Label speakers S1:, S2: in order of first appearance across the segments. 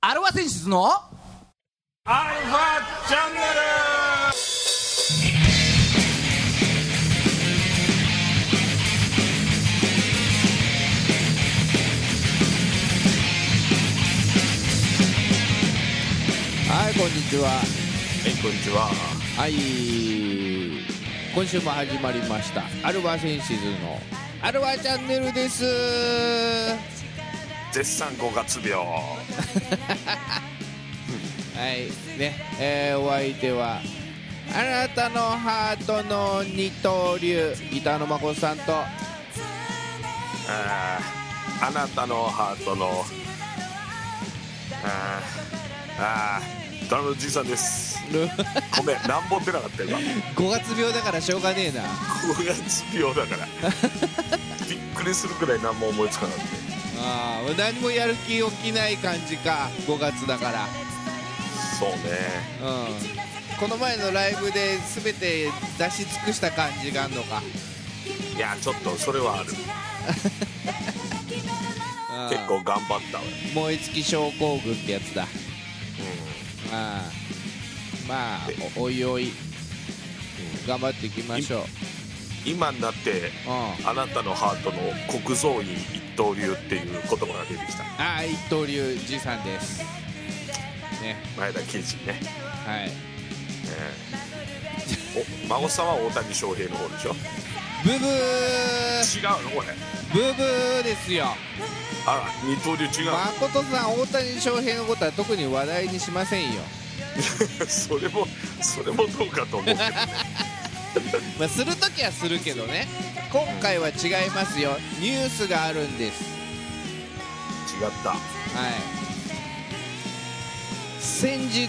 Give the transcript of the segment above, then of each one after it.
S1: アルファ選出の
S2: アルファチャンネル
S1: はいこんにちは
S2: はいこんにちは
S1: はい今週も始まりましたアルファ選出のアルファチャンネルです
S2: 絶賛5月病
S1: はいね、えーお相手はあなたのハートの二刀流ギターのまこ さんと
S2: あーあなたのハートのあーあードラムのじいさんです
S1: 5
S2: ごめん何本出なかったよ今
S1: 月病だからしょうがねえな
S2: 5月病だからびっくりするくらい何も思いつかなくて
S1: あー何もやる気起きない感じか5月だから
S2: そうね
S1: うんこの前のライブで全て出し尽くした感じがあんのか
S2: いやちょっとそれはある
S1: うん
S2: 結構頑張ったわ
S1: 燃え尽き症候群ってやつだあーまあおおいおい頑張っていきましょう
S2: 今になって
S1: うん
S2: あなたのハートの国蔵院一刀流っていう言葉が出てきた
S1: あー一刀流じいさんですね
S2: 前田圭司ね、
S1: はい
S2: えーお孫さんは大谷翔平の方でしょ
S1: ブブー
S2: 違うのこれ
S1: ブブーですよ
S2: あら二刀流違う、
S1: 誠さん大谷翔平のことは特に話題にしませんよ、
S2: それもそれもどうかと思うけど
S1: まあ、するときはするけどね今回は違いますよニュースがあるんです
S2: 違った、
S1: はい先日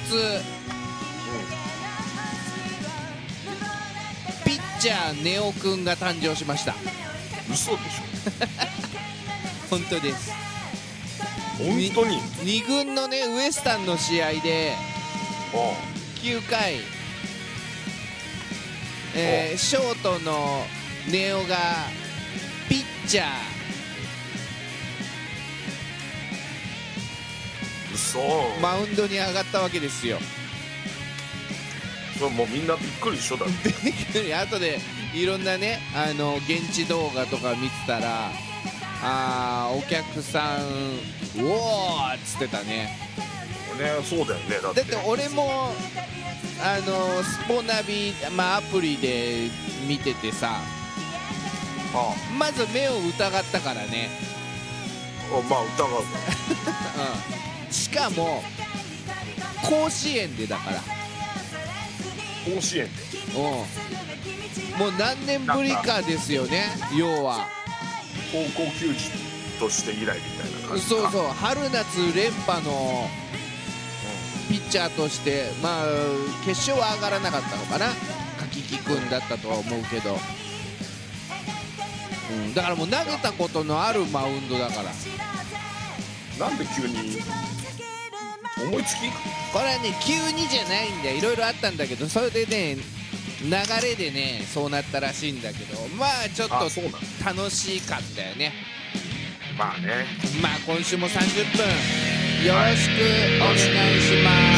S1: ピッチャーネオくんが誕生しました
S2: うん、嘘でし
S1: 本当です
S2: ょ本当に
S1: 2軍のねウエスタンの試合で
S2: おう
S1: 9回、えーショートのネオがピッチャー
S2: 嘘、
S1: マウンドに上がったわけですよ
S2: それもうみんなびっくり一緒だって
S1: で 後でいろんなねあの現地動画とか見てたらあーお客さん「うおー!」っつってたね
S2: ねそうだよねだって
S1: だって俺もあのスポナビ、まあ、アプリで見ててさ
S2: あ
S1: まず目を疑ったからね
S2: あまあ疑うわ
S1: うんしかも甲子園でだから
S2: 甲子園で
S1: うんもう何年ぶりかですよね要は
S2: 高校球児として以来みたいな感じか
S1: そうそう春夏連覇のピッチャーとしてまあ決勝は上がらなかったのかな柿木君だったとは思うけど、うん、だからもう投げたことのあるマウンドだから
S2: なんで急に思いつき
S1: これはね急にじゃないんだよいろいろあったんだけどそれでね流れでねそうなったらしいんだけどまあちょっと
S2: あそうなの
S1: 楽しかったよね
S2: まあね
S1: まあ今週も30分よろしくお願いします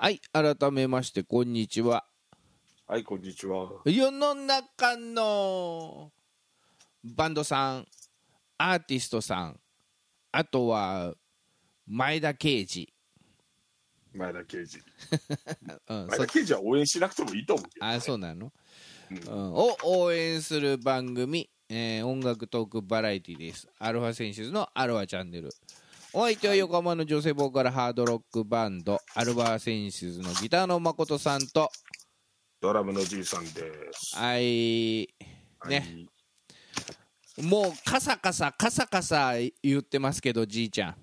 S1: はい改めましてこんにちは
S2: はいこんにちは
S1: 世の中のバンドさんアーティストさんあとは前田圭司、
S2: 前田圭司
S1: うん、
S2: 前
S1: そ
S2: 田圭司は応援しなくてもいいと思うけど
S1: あそうなの、う
S2: うん
S1: んを応援する番組、えー音楽トークバラエティですアルファセンシズのアルファチャンネルお相手は横浜の女性ボーカルハードロックバンドアルファセンシズのギターの誠さんと
S2: ドラムのじいさんです
S1: はいね
S2: はい
S1: もうカサカサカサカサ言ってますけどじいちゃん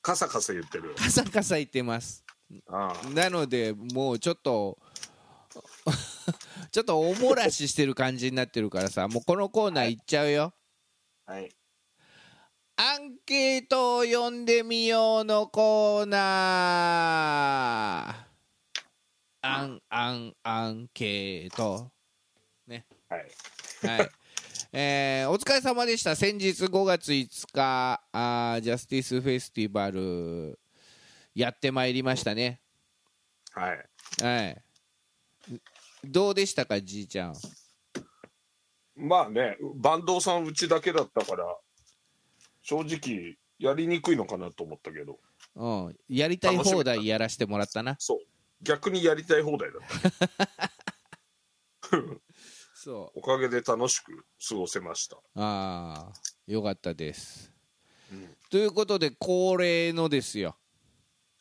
S2: カサカサ言ってる
S1: カサカサ言ってます
S2: あ
S1: なのでもうちょっと ちょっとおもらししてる感じになってるからさもうこのコーナー行っちゃうよ
S2: あはい
S1: アンケートを読んでみようのコーナーアンアンアンケート
S2: はい
S1: はい えお疲れ様でした先日5月5日あージャスティスフェスティバルやってまいりましたね
S2: はい
S1: はいどうでしたかじいちゃん
S2: まあねバンドさんうちだけだったから正直やりにくいのかなと思ったけど
S1: うん、やりたい放題やらせてもらったな
S2: そう逆にやりたい放題だった
S1: そ
S2: おかげで楽しく過ごせました
S1: うああよかったです、
S2: うん
S1: ということで恒例のですよ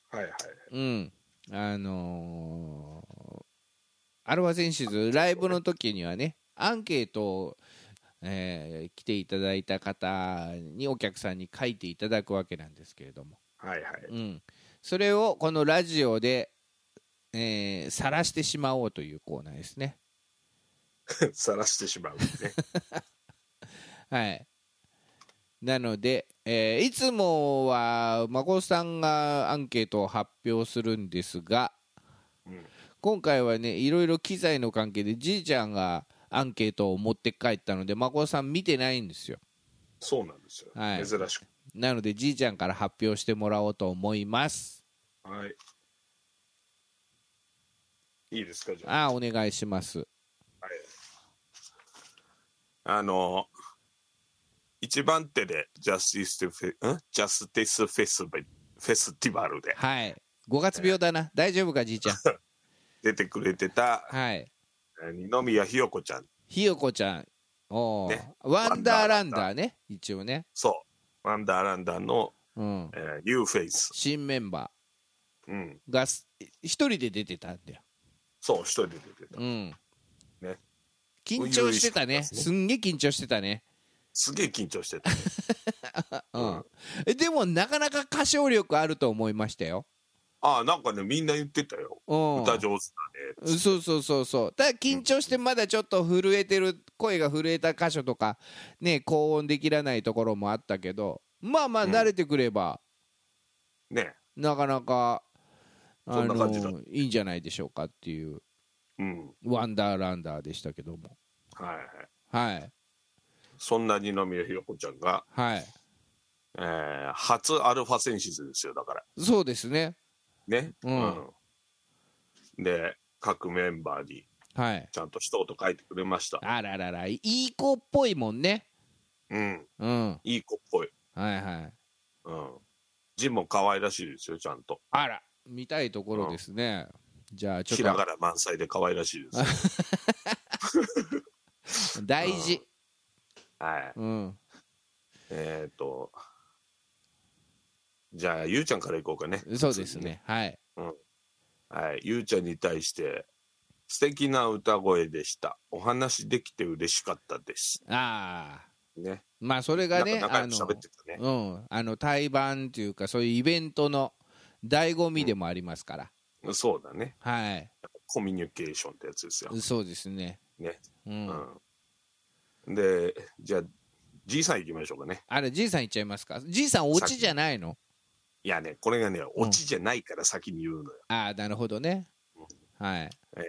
S2: はいはい
S1: うんあのーアルファセンシズライブの時にはねアンケートを、えー来ていただいた方にお客さんに書いていただくわけなんですけれども、
S2: はいはい
S1: うん、それをこのラジオでえー晒してしまおうというコーナーですね
S2: さらしてしまうね
S1: はい。なので、えーいつもは孫さんがアンケートを発表するんですが、
S2: うん
S1: 今回はね、いろいろ機材の関係でじいちゃんがアンケートを持って帰ったので、孫さん見てないんですよ。
S2: そうなんですよ、
S1: はい
S2: 珍しく
S1: なので、じいちゃんから発表してもらおうと思います。
S2: はいいいですかじゃあ
S1: あーお願いします。
S2: はいあの一番手でジャスティスフェんジャスティスフェスベフェスティバルで
S1: はい。5月病だな。大丈夫か、じい ちゃん。
S2: 出てくれてた
S1: はい。
S2: えー二宮ひよこちゃん
S1: ひよこちゃん。おー
S2: ね
S1: ワンダーランダーね、一応ね。
S2: そうワンダーランダーの、
S1: うん。
S2: えー、ニューフェイス、
S1: 新メンバー。
S2: うん、
S1: がす一人で出てたんだよ、
S2: そう一人で出てた
S1: うん
S2: ね
S1: 緊張してたね
S2: 初々しかったですね
S1: すんげえ緊張してたね、
S2: すげえ緊張してた
S1: うん
S2: うん
S1: えでもなかなか歌唱力あると思いましたよ、
S2: ああなんかねみんな言ってたよ
S1: うん、
S2: 歌上手だね
S1: そうそうそうそうただ緊張してまだちょっと震えてる声が震えた箇所とかね高音できらないところもあったけどまあまあ
S2: うん
S1: 慣れてくれば、
S2: ね
S1: なかなかあ
S2: そんな感じだ
S1: いいんじゃないでしょうかっていう
S2: うん
S1: ワンダーランダーでしたけども
S2: はいは
S1: は
S2: い
S1: い
S2: そんな二宮ひよこちゃんが、
S1: はい
S2: えー、初アルファセンシズですよだから
S1: そうですね
S2: ね、
S1: うん
S2: うんで各メンバーに
S1: はい
S2: ちゃんと一言書いてくれました
S1: あららら、いい子っぽいもんね。
S2: うん
S1: うん。
S2: いい子っぽい、
S1: はいはい。
S2: うん、字も可愛らしいですよちゃんと
S1: あら、見たいところですね。じゃあ、ちょ
S2: ひら
S1: っ
S2: がな満載で可愛らしい ですよ
S1: と大事。
S2: はい
S1: うん。
S2: えっ、とじゃあゆうちゃんからいこうかね
S1: そうですね。はい。
S2: はい、ゆうちゃんに対して素敵な歌声でしたお話できて嬉しかったです
S1: ああ。
S2: ね
S1: まあ、それがね、
S2: なんか
S1: あ
S2: 仲良く喋
S1: の
S2: っ、てたね
S1: うん。あの、対バンというか、そういうイベントの醍醐味でもありますから。
S2: そうだね
S1: はい。
S2: コミュニケーションってやつですよ、
S1: そうですね。
S2: ね
S1: うん。
S2: うん、でじゃあじいさん行きましょうかね
S1: あれ、じいさんいっちゃいますかじいさん、オチじゃないの
S2: いやねこれがね
S1: うん
S2: オチじゃないから先に言うのよ、
S1: ああ、なるほどね。はい。
S2: え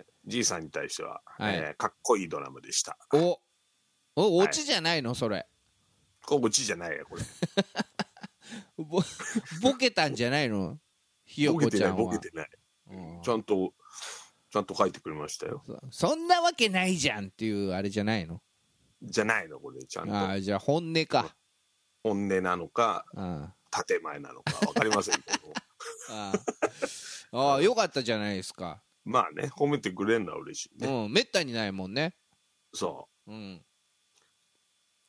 S2: ーじいさんに対しては、
S1: はい
S2: えーかっこいいドラマでした
S1: お、お、オ
S2: はい
S1: チじゃないのそれ。
S2: これオチじゃないよこれ
S1: ぼ ボケたんじゃないのひよ
S2: ボケ
S1: こ
S2: て
S1: ち
S2: な
S1: ゃ
S2: い
S1: ん
S2: ボケ
S1: は
S2: てない
S1: うん
S2: ちゃんとちゃんと書いてくれましたよ
S1: そそんなわけないじゃんっていうあれじゃないの
S2: じゃないのこれちゃんと
S1: ああじゃあ本音か
S2: 本音なのか
S1: あ
S2: 建前なのか分かりません けど
S1: あああよかったじゃないですか、
S2: まあね褒めてくれるのは嬉しいね、
S1: うんめったにないもんね
S2: そ
S1: うん
S2: う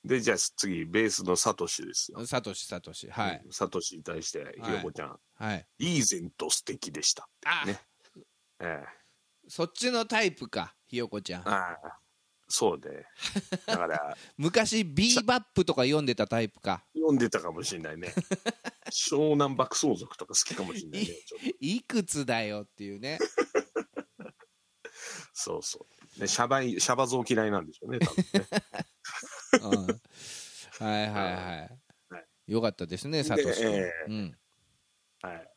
S2: でじゃあ次ベースのサトシですよ、
S1: さとしさとしはい、
S2: うんサトシに対してひよこちゃん、
S1: はい
S2: リーゼント素敵でした。
S1: ああ、
S2: ねえ
S1: そっちのタイプかひよこちゃ
S2: え
S1: ん
S2: ああそうで。だから、
S1: 昔ビーバップとか読んでたタイプか
S2: 読んでたかもしれないね。湘南爆走族とか好きかもしれないね。ちょっと
S1: いくつだよっていうね
S2: そうそう。ね、シャバい、シャバ像嫌いなんでしょうね、多 分ね。
S1: う んはいはいはい、
S2: は
S1: よかったですねさとし
S2: でえ
S1: うん
S2: はい。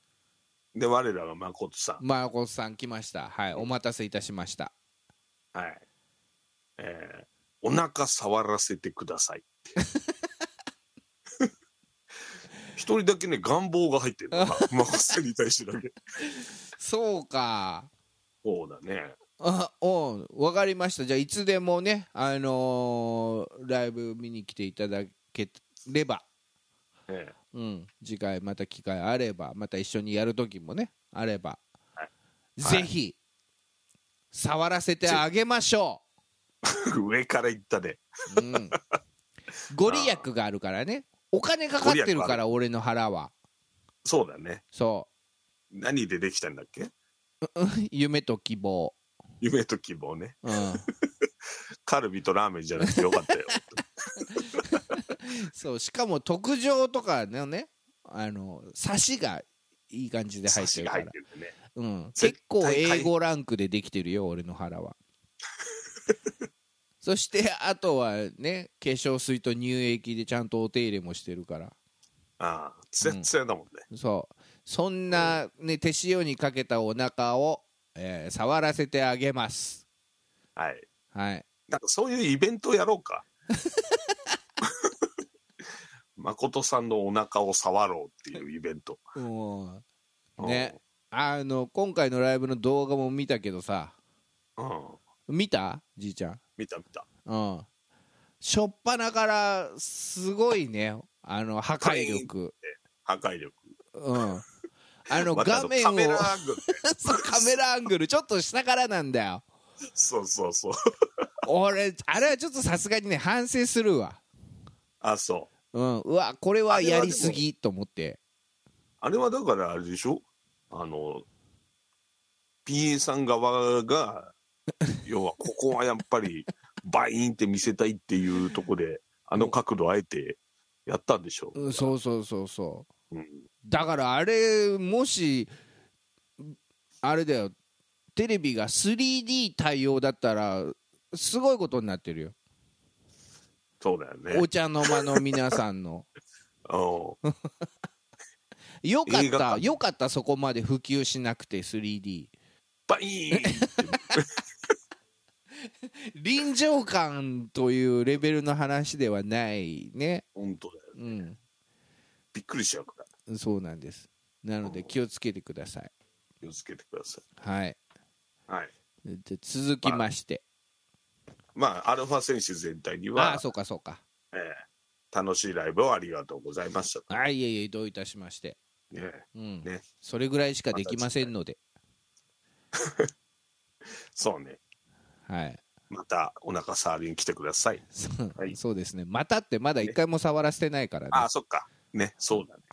S2: で、我らが誠さ
S1: マーコスさん来ました。はい、お待たせいたしました。
S2: ん。はい。ええお腹触らせてく ださい。一人だけね、願望が入ってるな。マコさんに対してだけ。
S1: そうか
S2: そうだね。
S1: あおわかりましたじゃあいつでもねあのーライブ見に来ていただければ
S2: ええ
S1: うん、次回また機会あればまた一緒にやる時もねあれば、
S2: はい
S1: ぜひ触らせてあげましょ
S2: 上から行ったで。
S1: う、うん、ご利益があるからねお金かかってる
S2: ご利益
S1: か
S2: あ
S1: ら俺の腹は
S2: そうだね。
S1: そ
S2: 何でできたんだっけ
S1: ううん夢と希望、
S2: 夢と希望ね。
S1: うん、
S2: カルビとラーメンじゃなくてよかったよ。
S1: そうしかも特上とかのねあのサシがいい感じ で入
S2: 差
S1: って
S2: し
S1: る
S2: が
S1: か
S2: 入っ
S1: ら
S2: て、るんでね。
S1: うん、
S2: 絶
S1: 結構
S2: 対買い
S1: A5 ランクでできてるよ俺の腹は そしてあとはね化粧水と乳液でちゃんとお手入れもしてるから
S2: ああ、つやつやだもんね。
S1: そうそんな、ね、手塩にかけたお腹を、えー触らせてあげます
S2: はい。
S1: はい
S2: なんかそういうイベントをやろ うか。誠さんのお腹を触ろうっていうイベント。
S1: もうねあの今回のライブの動画も見たけどさ
S2: うん。うん。
S1: 見たじいちゃん
S2: 見た見た。
S1: うんしょっぱなからすごいねあの破壊力
S2: 破壊力。
S1: うん、あの
S2: またあ
S1: 画
S2: の
S1: 面
S2: カ
S1: を
S2: メラアングルね
S1: そうカメラアングルちょっと下からなんだよ
S2: そうそうそう。
S1: 俺あれはちょっとさすがにね反省するわ、
S2: あ、そう。
S1: うん、うわこれはやりすぎと思って
S2: あれはだからあれでしょあの、PA さん側 が、要はここはやっぱりバイーンって見せたいっていうとこで、あの角度あえてやったんでしょ
S1: うんそうそうそうそう
S2: うん。
S1: だからあれもしあれだよテレビが 3D 対応だったらすごいことになってるよ
S2: そうだよね。
S1: お茶の間の皆さん の
S2: うん
S1: よかっ
S2: 映画
S1: た
S2: 館
S1: よかったそこまで普及しなくて 3D
S2: バイーン
S1: 臨場感というレベルの話ではないね
S2: 本当だよ。
S1: うん
S2: びっくりしちゃうから。
S1: そうなんですなので気をつけてください
S2: 気をつけてくださ
S1: はい
S2: い。はい。
S1: で続きまして
S2: まあ、アルファ選手全体に
S1: あ
S2: は
S1: あ、そうかそうか
S2: えー楽しいライブをありがとうございましたと。
S1: あいえいえどういたしまして
S2: ね、
S1: うん
S2: ね
S1: それぐらいしかできませんので
S2: そうね。
S1: はい
S2: またお腹触りに来てください。
S1: そう
S2: はい
S1: そうですねまたってまだ一回も触らせてないから
S2: あ
S1: ね
S2: あ、そっか。ね、そうだね。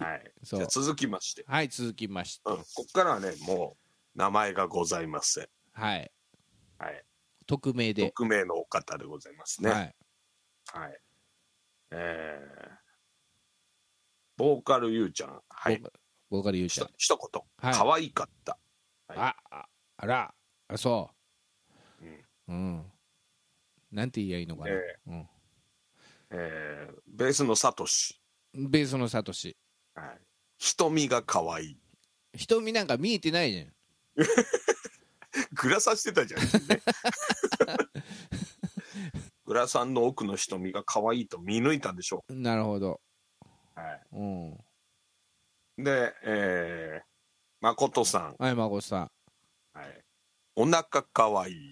S2: はい。じ
S1: そう
S2: ゃあ続きまして。
S1: はい続きまして
S2: うん。こっからはね、もう、名前がございません。
S1: はい
S2: はい。
S1: 匿名で
S2: 匿名のお方でございますね。
S1: は
S2: はい。
S1: い
S2: えー、ボーカルゆうちゃん。はい。
S1: ボーカルゆう
S2: ひ
S1: ちゃん
S2: と一言。
S1: はい
S2: 可愛かった。はい
S1: あああらあそううんなんて言えばいいのかな
S2: え
S1: うん
S2: えー、ベースのサトシ。
S1: ベースのサトシ
S2: はい。瞳が可愛い。
S1: 瞳なんか見えてないじゃん
S2: グラサンしてたじゃん、ね。 グラサンの奥の瞳が可愛いと見抜いたんでしょ
S1: なるほど
S2: う。はい。
S1: うん
S2: で、えー、誠さん、
S1: はい孫さん
S2: はい、お腹かわいい。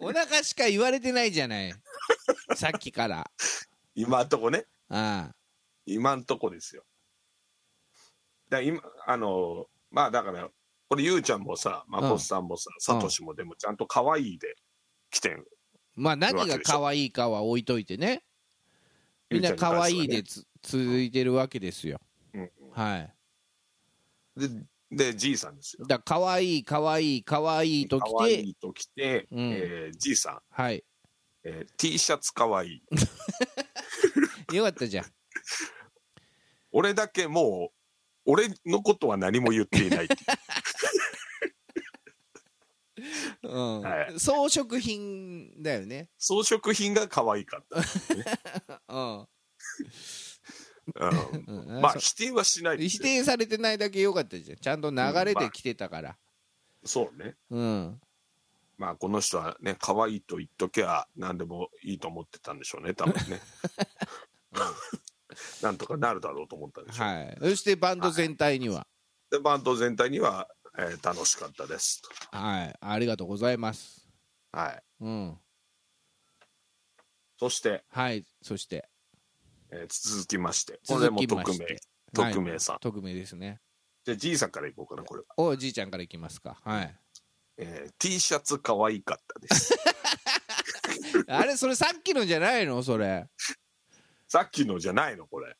S1: お腹しか言われてないじゃ ないさっきから
S2: 今んとこね、
S1: あ
S2: 今んとこですよ。だ今、あの、まあだから、これ、ゆうちゃんもさ、誠さんもさ、さとしもでもちゃんとかわいいで来てん。
S1: まあ何が可愛いかは置いといてねみんな可愛いでつ続いてるわけですよ、
S2: うん
S1: はい
S2: で。で、じいさんですよ。
S1: だから可愛い可愛い可愛いと
S2: かわ
S1: き
S2: い
S1: て
S2: いと来て、
S1: うん
S2: えーじいさん、
S1: はい
S2: えー T シャツかわいい。
S1: よかったじゃん
S2: 俺だけもう、俺のことは何も言って いないっていう。
S1: うん
S2: は
S1: 装飾品だよね。
S2: 装飾品が可愛かっ
S1: うん
S2: た。うん
S1: うん
S2: まあ
S1: そ
S2: 否定はしないです
S1: 否
S2: よ
S1: 定されてないだけよかったじゃん。ちゃんと流れてきてたから。
S2: そうね
S1: うん。
S2: まあこの人はね可愛いと言っときゃ何でもいいと思ってたんでしょうね多分 ねなんとかなるだろうと思ったんでしょう、
S1: はい、そしてバンド全体には、
S2: でバンド全体には、えー楽しかったですと
S1: はい、ありがとうございます。
S2: はい
S1: うん、
S2: そして、
S1: はい、そして、
S2: えー続きましてこれ
S1: 続
S2: も
S1: きま
S2: 匿
S1: し
S2: 名
S1: て、
S2: 匿名さん、
S1: はい匿名ですね。
S2: じゃあじいさんからいこうかなこれは、
S1: おじいちゃんからいきますか。はい。
S2: えー T シャツ可愛かったです
S1: あれ、それさっきのじゃないのそれ。
S2: さっきのじゃないのこれ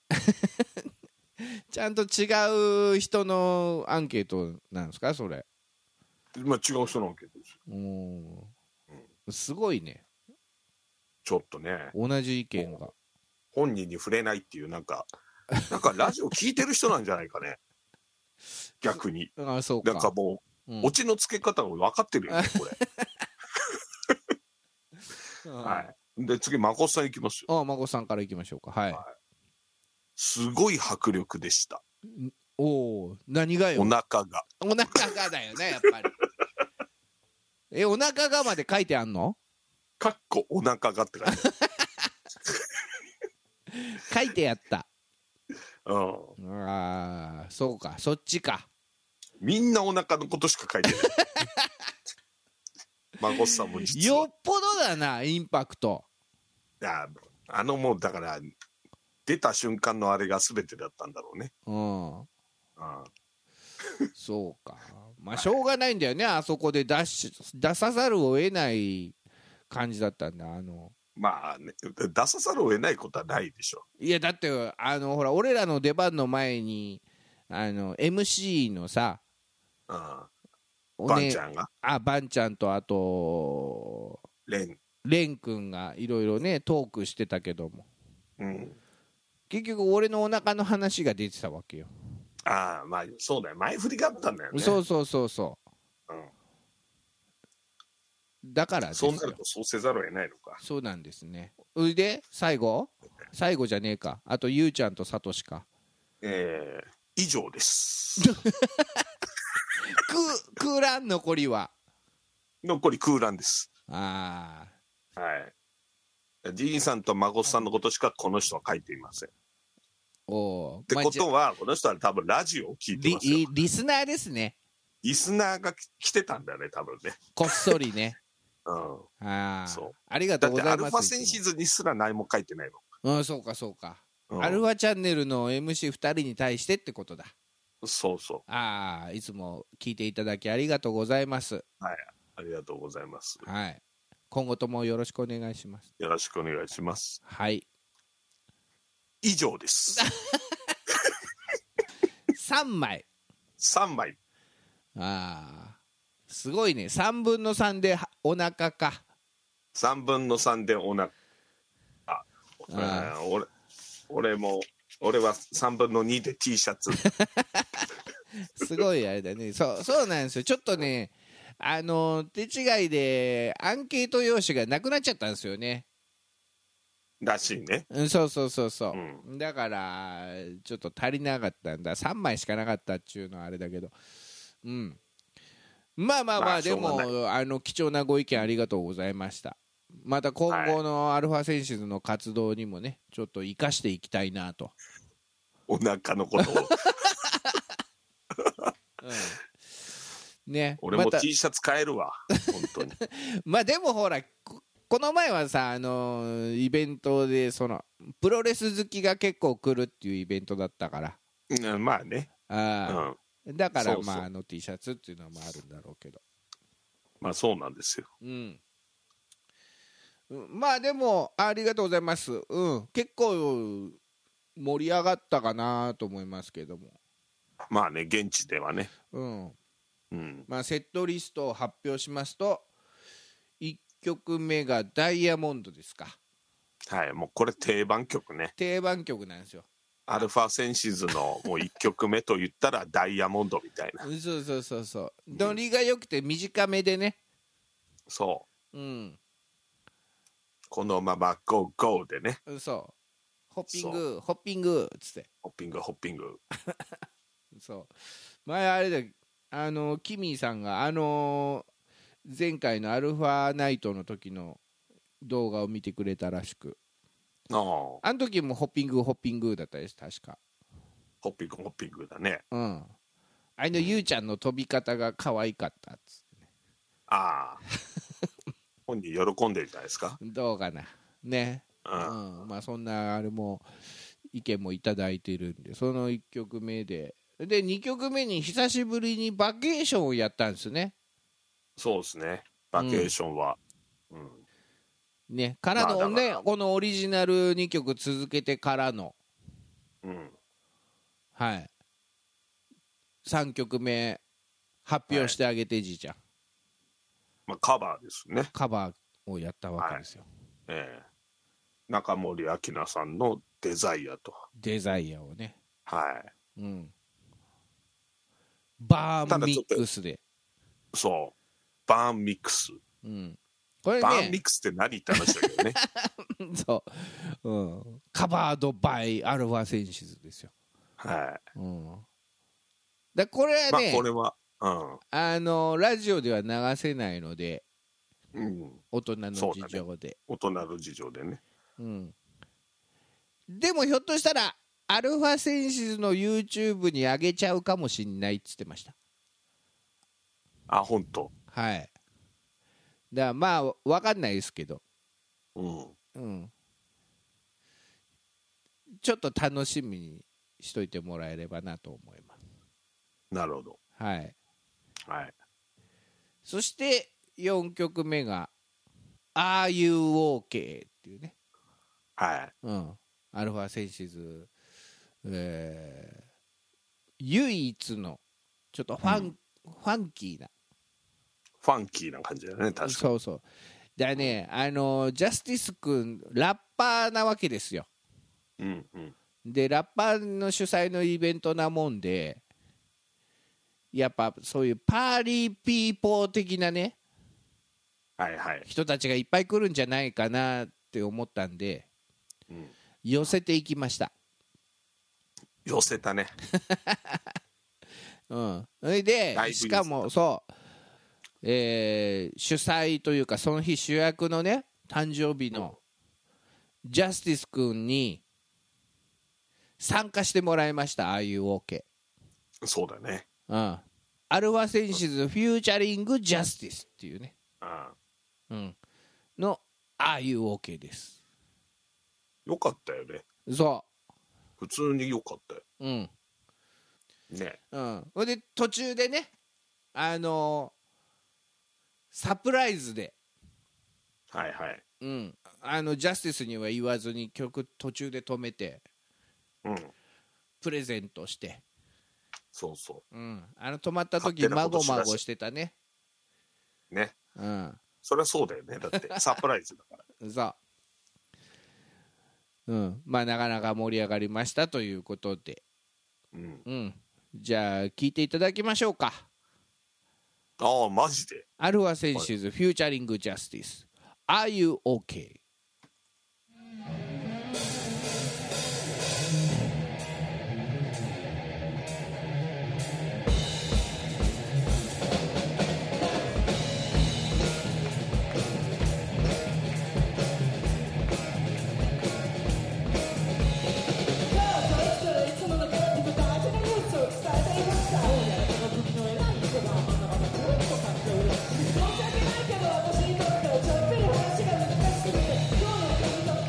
S1: ちゃんと違う人のアンケートなんですかそれ。
S2: まあ違う人なんけど
S1: おーすごいね。
S2: ちょっとね
S1: 同じ意見が。
S2: 本人に触れないっていうなんかなんかラジオ聞いてる人なんじゃないか ね逆に
S1: あ、そう
S2: なんか
S1: か。
S2: も
S1: う
S2: うんオチのつけ方が分かってるよねこ れはいで次誠さんいきますよ
S1: あ、孫さんからいきましょうか。はい。
S2: すごい迫力でした
S1: おお、何がよ
S2: お。腹が
S1: お腹がだよね、やっぱり。 え、お腹がまで書いてあんの
S2: かっこお腹がって感じ、
S1: 書いてやった。
S2: うん、
S1: ああ、そうか、そっちか。
S2: みんなお腹のことしか書い てない孫さんも実は
S1: よっぽどだな、インパクト。
S2: ああのもうだから出た瞬間のあれが全てだったんだろうね、
S1: うん。
S2: うん、
S1: そうか。まあ、しょうがないんだよね、あそこで出し、出さざるを得ない感じだったんだ。あの、
S2: まあ、ね、出さざるを得ないことはないでしょ
S1: いや、だって、あの、ほら、俺らの出番の前に、あの、MC のさ、
S2: う、う
S1: お
S2: ん、ばんちゃんが
S1: あ、ばんちゃんと、あと、
S2: レン、
S1: レン君がいろいろね、トークしてたけども。
S2: うん、
S1: 結局、俺のお腹の話が出てたわけよ。
S2: ああまあそうだよ前振りがあったんだよね。
S1: そうそうそうそううんだからです
S2: そう
S1: よ
S2: なるとそうせざるを得ないのか
S1: そうなんですね。それで、最後最後じゃねえか。あと、ゆうちゃんとさとしか。
S2: えー、以上です
S1: く、空欄残りは。
S2: 残り空欄です
S1: ああ。
S2: はいじいさんと孫さんのことしかこの人は書いていませんっ
S1: おお。
S2: て
S1: ま
S2: こ
S1: あじゃ
S2: とはこの人は多分ラジオを聞いて
S1: リ
S2: ますよ
S1: リリスナーですね。
S2: リスナーが来てたんだよね多分ね
S1: こっそりね。
S2: うん
S1: ああ
S2: そう。
S1: ありがとう
S2: だっ
S1: ご
S2: て
S1: ざ
S2: ア
S1: い
S2: ル
S1: ま
S2: フ
S1: す。
S2: ァセンシズにすら何も書いてない
S1: うん、そうか、そうか。
S2: の、うん、
S1: アルファチャンネルの MC2 人に対してってことだ
S2: そうそ
S1: ああいつも聞いていただきありがとうございます
S2: うありがとうございます
S1: はい今後ともよろしくお願いします
S2: よろしくお願いします
S1: はい
S2: 以上です
S1: 3枚
S2: 3枚
S1: ああすごいね3分の3ではお腹か
S2: 3分の3でおなあ
S1: あ
S2: あ俺俺も俺は3分の2で T シャツ
S1: すごいあれだね そうそうなんですよちょっとねあの手違いでアンケート用紙がなくなっちゃったんですよね
S2: らしい ね
S1: うんそうそうそうそう、
S2: う
S1: だからちょっと足りなかったんだ3枚しかなかったっちゅうのはあれだけどうんまあまあまあ、
S2: まあ
S1: で
S2: しょう
S1: も
S2: が
S1: あの貴重なご意見ありがとうございましたまた今後のアルファセンシズの活動にもねちょっと生かしていきたいなと、
S2: お腹のことを
S1: うんね
S2: 俺
S1: ま
S2: も
S1: た
S2: T シャツ買えるわ本当に
S1: まあでもほらここの前はさあのーイベントでそのプロレス好きが結構来るっていうイベントだったから
S2: うんまあね、う
S1: あー、
S2: ん、
S1: だから
S2: そうそう
S1: まああの T シャツっていうのもあるんだろうけど
S2: まあそうなんですよ
S1: うんうんまあでもありがとうございますうん結構盛り上がったかなと思いますけども
S2: まあね現地ではね
S1: うん
S2: うん
S1: まあセットリストを発表しますと1曲目がダイヤモンドですか
S2: はいもうこれ定番曲ね
S1: 定番曲なんですよ
S2: アルファセンシズのもう1曲目と言ったらダイヤモンドみたいな
S1: うんそうそうそうそうノリが良くて短めでね
S2: そう
S1: うん
S2: このままゴーゴーでね
S1: そうホッピングホッピングっつって
S2: ホッピングホッピング
S1: そう前あれだあのキミーさんがあの前回のアルファナイトの時の動画を見てくれたらしく
S2: ああホ
S1: あの時もホッピングホッピングだったです確か
S2: ッピングホッピングだね
S1: うんあれのゆうちゃんの飛び方が可愛かったっつ
S2: ああ本人喜んでるじゃないですか、
S1: どうかなね
S2: うん
S1: うん、まあそんなあれも意見もいただいてるんでその1曲目でで2曲目に久しぶりにバケーションをやったんですね
S2: そうですねバケーションは、うん
S1: ねから
S2: まあ
S1: の
S2: だから
S1: ねこのオリジナル2曲続けてからの
S2: うん、
S1: はい3曲目発表してあげて、じいちゃん
S2: まあ、カバーですね、
S1: カバーをやったわけですよ、
S2: ええ中森明菜さんの「デザイアと」
S1: デザイアをね
S2: はい
S1: うんバーンミックスで、
S2: そうバーンミックス、
S1: うん、これね
S2: バーンミックスって何って話 だけどね
S1: そう、うん、カバードバイアルファセンシズですよ、
S2: は
S1: うん、だこれは
S2: いまあ
S1: ね、
S2: これはうん
S1: あのラジオでは流せないので
S2: うん、
S1: 大人の
S2: そう
S1: 事
S2: だね
S1: 情で
S2: 大人の事情でね
S1: う、ん、でもひょっとしたらアルファセンシズの YouTube に上げちゃうかもしんないっつってました
S2: あ本当
S1: はいだからまあ分かんないですけど、
S2: うん
S1: うん、ちょっと楽しみにしといてもらえればなと思います
S2: なるほど
S1: はい
S2: はい
S1: そして4曲目が「Are You OK」っていうね、
S2: はい
S1: うん、アルファセンシズ、えー唯一のちょっとファン、ファンキーな
S2: ファンキーな感じだね確か
S1: そうそうだからねあのジャスティス君ラッパーなわけですよ
S2: にうんうん
S1: でラッパーの主催のイベントなもんでやっぱそういうパーリーピーポー的なね
S2: はいはい、
S1: 人たちがいっぱい来るんじゃないかなって思ったんで
S2: うん、
S1: 寄せていきました
S2: 寄せたね
S1: うんそれで
S2: だいぶ寄
S1: し
S2: せた
S1: かもそう、えー主催というかその日主役のね誕生日のジャスティス君に参加してもらいましたああいうオーケ
S2: そうだね
S1: ーうんアルファセンシズフューチャリングジャスティスっていうね、
S2: うん
S1: うん、のああいうオーケーです
S2: よかったよね
S1: そ
S2: 普通によかったよ
S1: ううん
S2: ね
S1: うん、ほんで途中でねあのーサプライズで、
S2: はいはい
S1: うん、あのジャスティスには言わずに曲途中で止めて
S2: うん
S1: プレゼントして、
S2: そうそ
S1: うん、あの止まった時
S2: 勝手な
S1: ま
S2: こと
S1: ご
S2: しだし
S1: まごしてたね、
S2: うね
S1: うん、
S2: そりゃそうだよねだってサプライズだから
S1: そう、うん、まあなかなか盛り上がりましたということで、
S2: うん
S1: うん、じゃあ聞いていただきましょうか
S2: ああマジで
S1: アルファセンシーズフューチャリングジャスティス Are you okay?
S3: じゃあそれぞれいつものゲームと同じニュースを伝えていましたどうやらこの国の偉い人が頭がもっと感情を申し訳ないけど私にとってはちょっぴり話が難しくて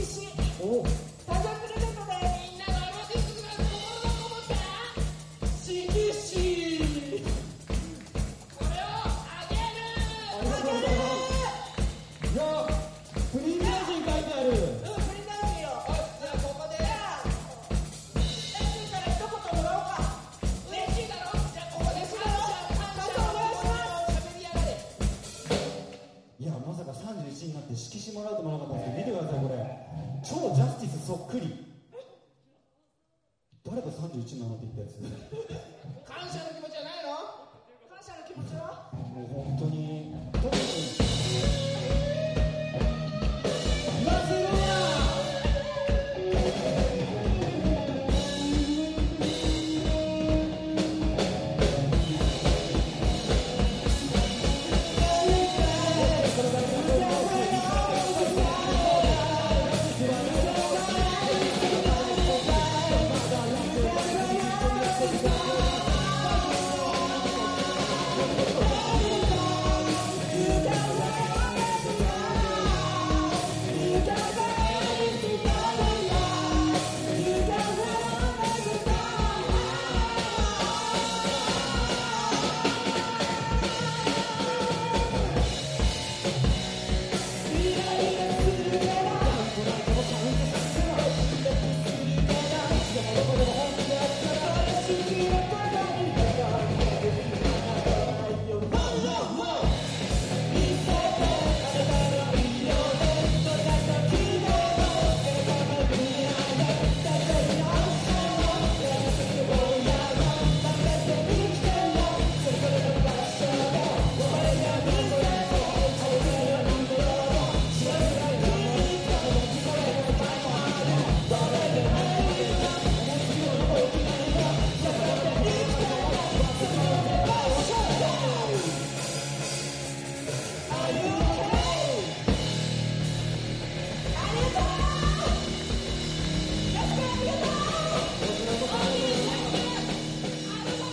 S3: 誕生日プレゼントでみんなのエモティックな心のこもった色紙これをあげるあげる
S4: いやプリン写真書いてある
S3: うんプリンダービーよおいじゃあここでじゃあレッスンから一言もらおうか嬉しいだろじゃあここでしろ感謝をお願いします喋りやがれ
S4: いやまさか31になって色紙もらうともなかったんですけど見てくださいこれ超ジャスティスそっくり誰が31なのって言ったやつ
S3: 感謝の気持ちはないの感謝の気持ちは
S4: もう本当に特にラスロ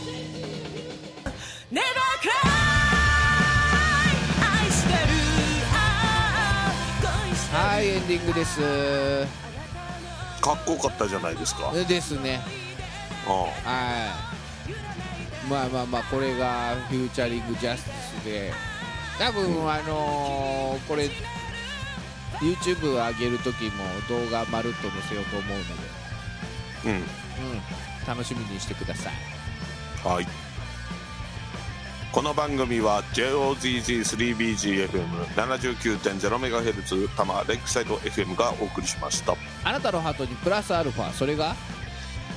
S5: 「Never Cry」「愛してる」ああ「恋してる」
S1: はいエンディングです
S2: かっこよかったじゃないですか。
S1: ですね
S2: あ
S1: はいまあまあまあこれがフューチャリングジャスティスで多分あのーこれ YouTube 上げる時も動画まるっと載せようと思うので、
S2: あう
S1: う
S2: ん。
S1: ん、楽しみにしてください
S2: はい。この番組は JOZZ3BGFM79.0MHz 多摩レイクサイド FM がお送りしました
S1: あなたのハートにプラスアルファそれが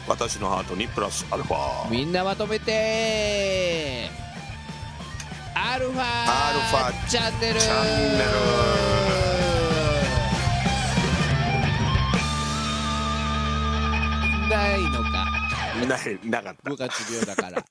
S2: 私のハートにプラスアルファ
S1: みんなまとめてアルファ
S2: アルファ
S1: チャンネル
S2: チャンネ
S1: ないのか
S2: ないなかっ た
S1: 部活病だから